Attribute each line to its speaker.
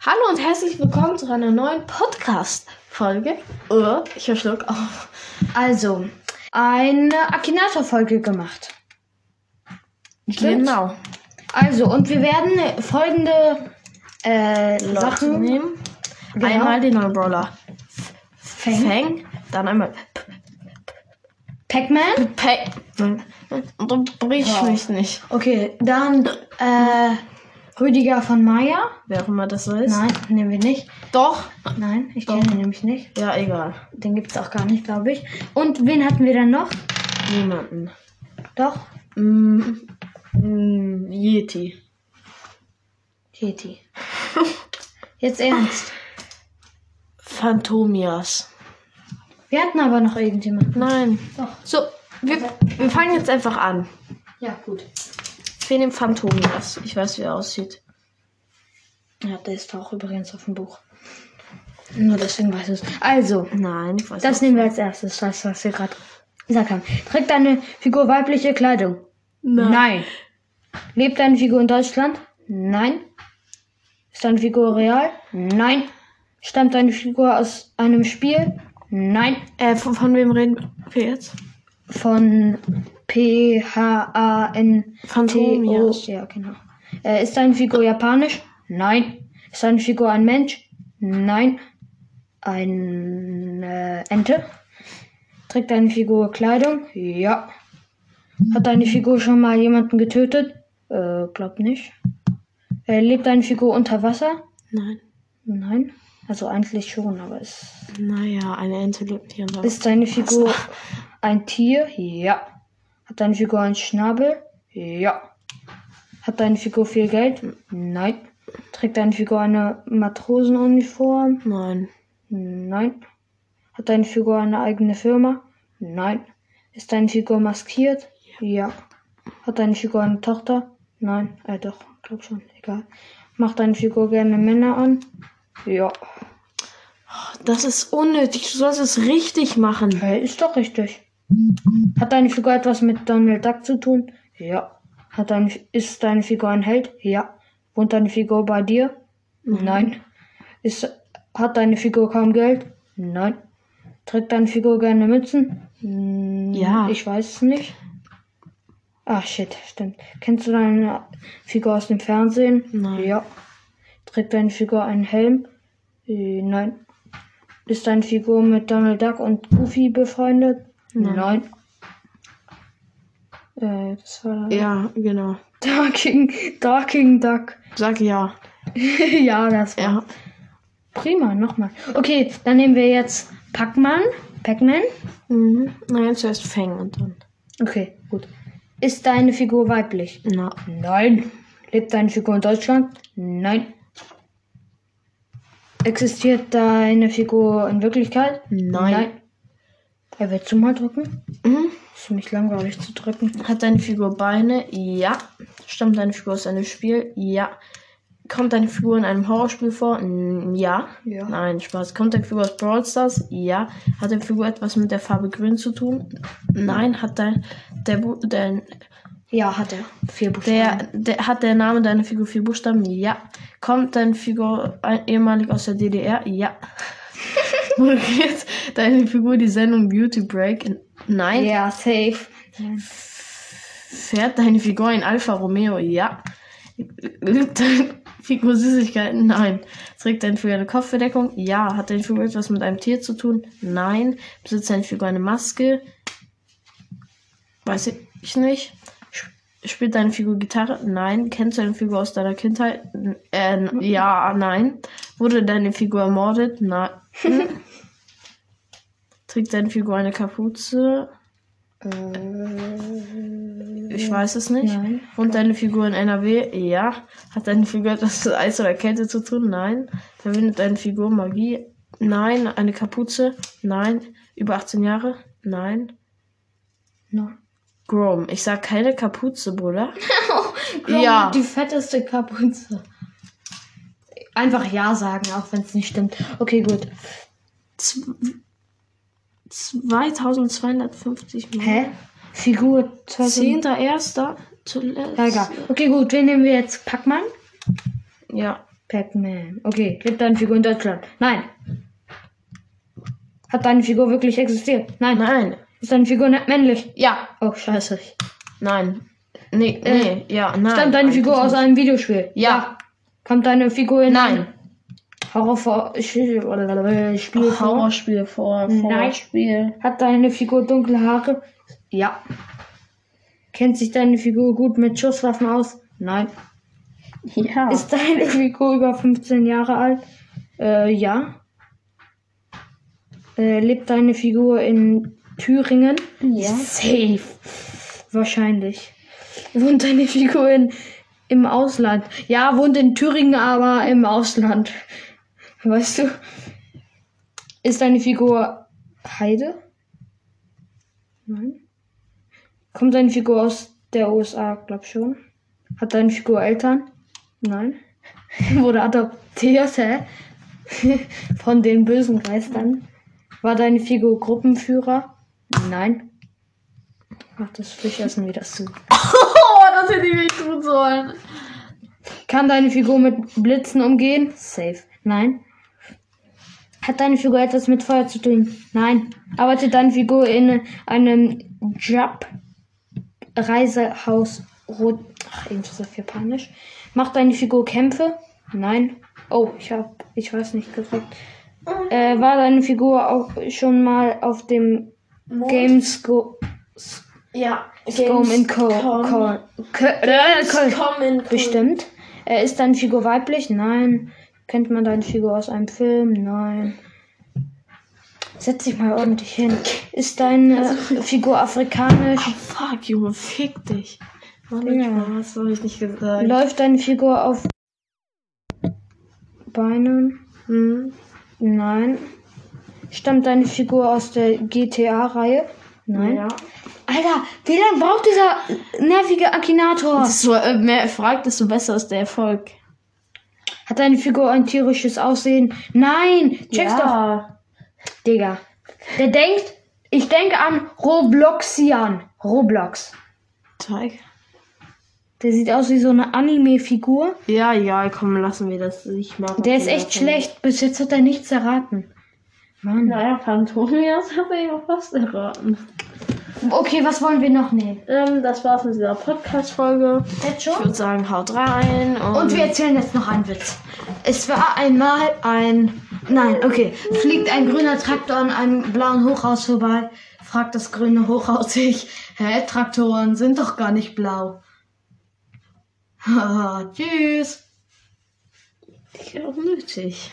Speaker 1: Hallo und herzlich willkommen zu einer neuen Podcast-Folge. Äh, ich hör Schluck auf.
Speaker 2: Also, eine Akinator-Folge gemacht. Stimmt.
Speaker 1: Genau.
Speaker 2: Also, und wir werden folgende äh, Sachen
Speaker 1: nehmen.
Speaker 2: Genau.
Speaker 1: Einmal den neuen Brawler. Äh?
Speaker 2: fängen.
Speaker 1: Fang. Dann einmal
Speaker 2: Pac-Man.
Speaker 1: Pack. Unterbrich
Speaker 2: Wow.
Speaker 1: mich nicht.
Speaker 2: Okay, dann äh, Rüdiger von Maya.
Speaker 1: Wer auch immer das so ist.
Speaker 2: Nein, nehmen wir nicht.
Speaker 1: Doch.
Speaker 2: Nein, ich
Speaker 1: Doch.
Speaker 2: kenne ihn nämlich nicht.
Speaker 1: Ja, egal.
Speaker 2: Den gibt es auch gar nicht, glaube ich. Und wen hatten wir dann noch?
Speaker 1: Niemanden.
Speaker 2: Doch,
Speaker 1: Mm, mm, Yeti.
Speaker 2: Yeti. Jetzt ernst.
Speaker 1: Phantomias.
Speaker 2: Wir hatten aber noch irgendjemanden.
Speaker 1: Nein.
Speaker 2: Doch.
Speaker 1: So, wir, wir fangen jetzt einfach an.
Speaker 2: Ja, gut.
Speaker 1: Wir nehmen Phantomias. Ich weiß, wie er aussieht.
Speaker 2: Ja, der ist auch übrigens auf dem Buch. Nur deswegen weiß ich es. Also,
Speaker 1: Nein, ich weiß
Speaker 2: das nehmen wir als erstes, das, was wir gerade gesagt haben. Trägt deine Figur weibliche Kleidung?
Speaker 1: Nein.
Speaker 2: Lebt deine Figur in Deutschland? Nein. Ist deine Figur real? Nein. Stammt deine Figur aus einem Spiel? Nein.
Speaker 1: Äh, von, von wem reden wir jetzt?
Speaker 2: Von P-H-A-N.
Speaker 1: Phantomias.
Speaker 2: T-O- Ja, genau. Äh, ist deine Figur japanisch? Nein. Ist deine Figur ein Mensch? Nein. Eine Ente? Trägt deine Figur Kleidung? Ja. Hat deine Figur schon mal jemanden getötet? Äh, glaub nicht. Äh, lebt deine Figur unter Wasser?
Speaker 1: Nein.
Speaker 2: Nein. Also eigentlich schon, aber ist.
Speaker 1: Naja, eine Ente lebt hier noch.
Speaker 2: Ist deine Figur ein Tier? Ja. Hat deine Figur einen Schnabel? Ja. Hat deine Figur viel Geld? Nein. Trägt deine Figur eine Matrosenuniform?
Speaker 1: Nein.
Speaker 2: Nein. Hat deine Figur eine eigene Firma? Nein. Ist deine Figur maskiert? Ja. Hat deine Figur eine Tochter? Nein. Äh, doch. Glaub schon. Egal. Macht deine Figur gerne Männer an? Ja.
Speaker 1: Das ist unnötig. Du sollst es richtig machen.
Speaker 2: Hey, ist doch richtig. Hat deine Figur etwas mit Donald Duck zu tun? Ja. Hat deine, ist deine Figur ein Held? Ja. Wohnt deine Figur bei dir?
Speaker 1: Mhm.
Speaker 2: Nein. Ist, hat deine Figur kaum Geld? Nein. Trägt deine Figur gerne Mützen? Hm,
Speaker 1: Ja.
Speaker 2: Ich weiß es nicht. Ach shit, stimmt. Kennst du deine Figur aus dem Fernsehen?
Speaker 1: Nein.
Speaker 2: Ja. Trägt deine Figur einen Helm? Äh, Nein. Ist deine Figur mit Donald Duck und Goofy befreundet?
Speaker 1: Nein.
Speaker 2: Nein. Äh, das war
Speaker 1: Ja, genau.
Speaker 2: Darking, Darking Duck.
Speaker 1: Sag ja.
Speaker 2: ja, das war
Speaker 1: Ja.
Speaker 2: prima, nochmal. Okay, dann nehmen wir jetzt Pac-Man. Pac-Man.
Speaker 1: Mhm. Nein, zuerst Fang und dann.
Speaker 2: Okay, gut. Ist deine Figur weiblich?
Speaker 1: Na.
Speaker 2: Nein. Lebt deine Figur in Deutschland? Nein. Existiert deine Figur in Wirklichkeit?
Speaker 1: Nein.
Speaker 2: Er willst du mal drücken?
Speaker 1: Mhm.
Speaker 2: Ist für mich langweilig zu drücken.
Speaker 1: Hat deine Figur Beine? Ja. Stammt deine Figur aus einem Spiel? Ja. Kommt deine Figur in einem Horrorspiel vor? N- Ja.
Speaker 2: Ja.
Speaker 1: Nein, Spaß. Kommt deine Figur aus Brawl Stars? Ja. Hat deine Figur etwas mit der Farbe Grün zu tun? Nein. Hat dein, der, Bu- dein,
Speaker 2: Ja, hat er. Vier Buchstaben.
Speaker 1: der, der, hat der Name deiner Figur vier Buchstaben? Ja. Kommt deine Figur øh, ein, ehemalig aus der DDR? Ja. Moderiert deine Figur die Sendung Beauty Break? Nein.
Speaker 2: Ja, safe.
Speaker 1: Fährt deine Figur ein Alfa Romeo? Ja. Liebt deine Figur Süßigkeiten? Nein. Trägt deine Figur eine Kopfbedeckung? Ja. Hat deine Figur etwas mit einem Tier zu tun? Nein. Besitzt deine Figur eine Maske? Weiß ich nicht. Sp- Spielt deine Figur Gitarre? Nein. Kennst du deine Figur aus deiner Kindheit? N- Äh, n- ja, nein. Wurde deine Figur ermordet? Nein. Trägt deine Figur eine Kapuze?
Speaker 2: Äh,
Speaker 1: Ich weiß es nicht.
Speaker 2: Nein.
Speaker 1: Und deine Figur in NRW? Ja. Hat deine Figur etwas mit Eis oder Kälte zu tun? Nein. Verwendet deine Figur Magie? Nein. Eine Kapuze? Nein. Über 18 Jahre? Nein.
Speaker 2: No.
Speaker 1: Grom. Ich sag keine Kapuze, Bruder.
Speaker 2: ja.
Speaker 1: Ja.
Speaker 2: Die fetteste Kapuze. Einfach Ja sagen, auch wenn es nicht stimmt. Okay, gut.
Speaker 1: Z- 2250 Mal.
Speaker 2: Hä? Figur 10.
Speaker 1: 10.1. Zuletzt.
Speaker 2: Ja, egal. Okay, gut. Wen nehmen wir jetzt? Pac-Man?
Speaker 1: Ja.
Speaker 2: Pac-Man. Okay, lebt deine Figur in Deutschland? Nein. Hat deine Figur wirklich existiert? Nein.
Speaker 1: Nein.
Speaker 2: Ist deine Figur nicht männlich?
Speaker 1: Ja.
Speaker 2: Oh, scheiße. Stammt
Speaker 1: Nein. Nee, nee, ja, nein.
Speaker 2: Äh, deine Figur
Speaker 1: eigentlich
Speaker 2: aus einem Videospiel?
Speaker 1: Ja.
Speaker 2: Kommt deine Figur in
Speaker 1: Nein.
Speaker 2: einem Horror-Spiel
Speaker 1: nicht.
Speaker 2: vor?
Speaker 1: Horrorspiel vor.
Speaker 2: Nein.
Speaker 1: Horrorspiel.
Speaker 2: Hat deine Figur dunkle Haare? Ja. Kennt sich deine Figur gut mit Schusswaffen aus? Nein.
Speaker 1: Ja.
Speaker 2: Ist deine Figur über 15 Jahre alt? Äh, ja. Äh, lebt deine Figur in Thüringen?
Speaker 1: Ja.
Speaker 2: Safe. Wahrscheinlich. Wohnt deine Figur in, im Ausland? Ja, wohnt in Thüringen, aber im Ausland. Weißt du? Ist deine Figur Heide? Nein. Kommt deine Figur aus der USA? Glaub schon. Hat deine Figur Eltern? Nein. Wurde adoptiert, hä? Von den bösen Geistern. War deine Figur Gruppenführer? Nein. Ach, das Fischessen wieder zu.
Speaker 1: Oh, das hätte ich nicht tun sollen.
Speaker 2: Kann deine Figur mit Blitzen umgehen? Safe. Nein. Hat deine Figur etwas mit Feuer zu tun? Nein. Arbeitet deine Figur in einem Job? Reisehaus Rot. Ach, eben ist das japanisch. Macht deine Figur Kämpfe? Nein. Oh, ich hab. Ich weiß nicht gefragt. Äh, war deine Figur auch schon mal auf dem Gamesco
Speaker 1: Ja.
Speaker 2: Scum in Co. Co. Co. äh, Co-
Speaker 1: Common
Speaker 2: Bestimmt. Äh, ist deine Figur weiblich? Nein. Kennt man deine Figur aus einem Film? Nein. Setz dich mal ordentlich hin. Ist deine Figur afrikanisch?
Speaker 1: Fuck, Junge, fick dich. Mann,
Speaker 2: Ja.
Speaker 1: Mann, was habe ich nicht gesagt?
Speaker 2: Läuft deine Figur auf Beinen?
Speaker 1: Hm?
Speaker 2: Nein. Stammt deine Figur aus der GTA-Reihe? Nein.
Speaker 1: Ja.
Speaker 2: Alter, wie lange braucht dieser nervige Akinator?
Speaker 1: Desto äh, mehr er fragt, desto besser ist der Erfolg.
Speaker 2: Hat deine Figur ein tierisches Aussehen? Nein! Check's doch! Digga. Der denkt, ich denke an Robloxian. Roblox.
Speaker 1: Teig.
Speaker 2: Der sieht aus wie so eine Anime-Figur.
Speaker 1: Ja, ja, komm, lassen wir das. Ich mag
Speaker 2: Der ist echt schlecht. Bis jetzt hat er nichts erraten. Mann.
Speaker 1: Naja, Phantomias habe ich ja fast erraten.
Speaker 2: Okay, was wollen wir noch nehmen?
Speaker 1: Ähm, das war's mit dieser Podcast-Folge.
Speaker 2: Jetzt
Speaker 1: Ich würde sagen, haut rein. Und,
Speaker 2: Oh. Und wir erzählen jetzt noch einen Witz. Es war einmal ein. Nein, okay. Fliegt ein grüner Traktor an einem blauen Hochhaus vorbei, fragt das grüne Hochhaus sich: Hä, Traktoren sind doch gar nicht blau. Haha, Tschüss.
Speaker 1: Ich auch nötig.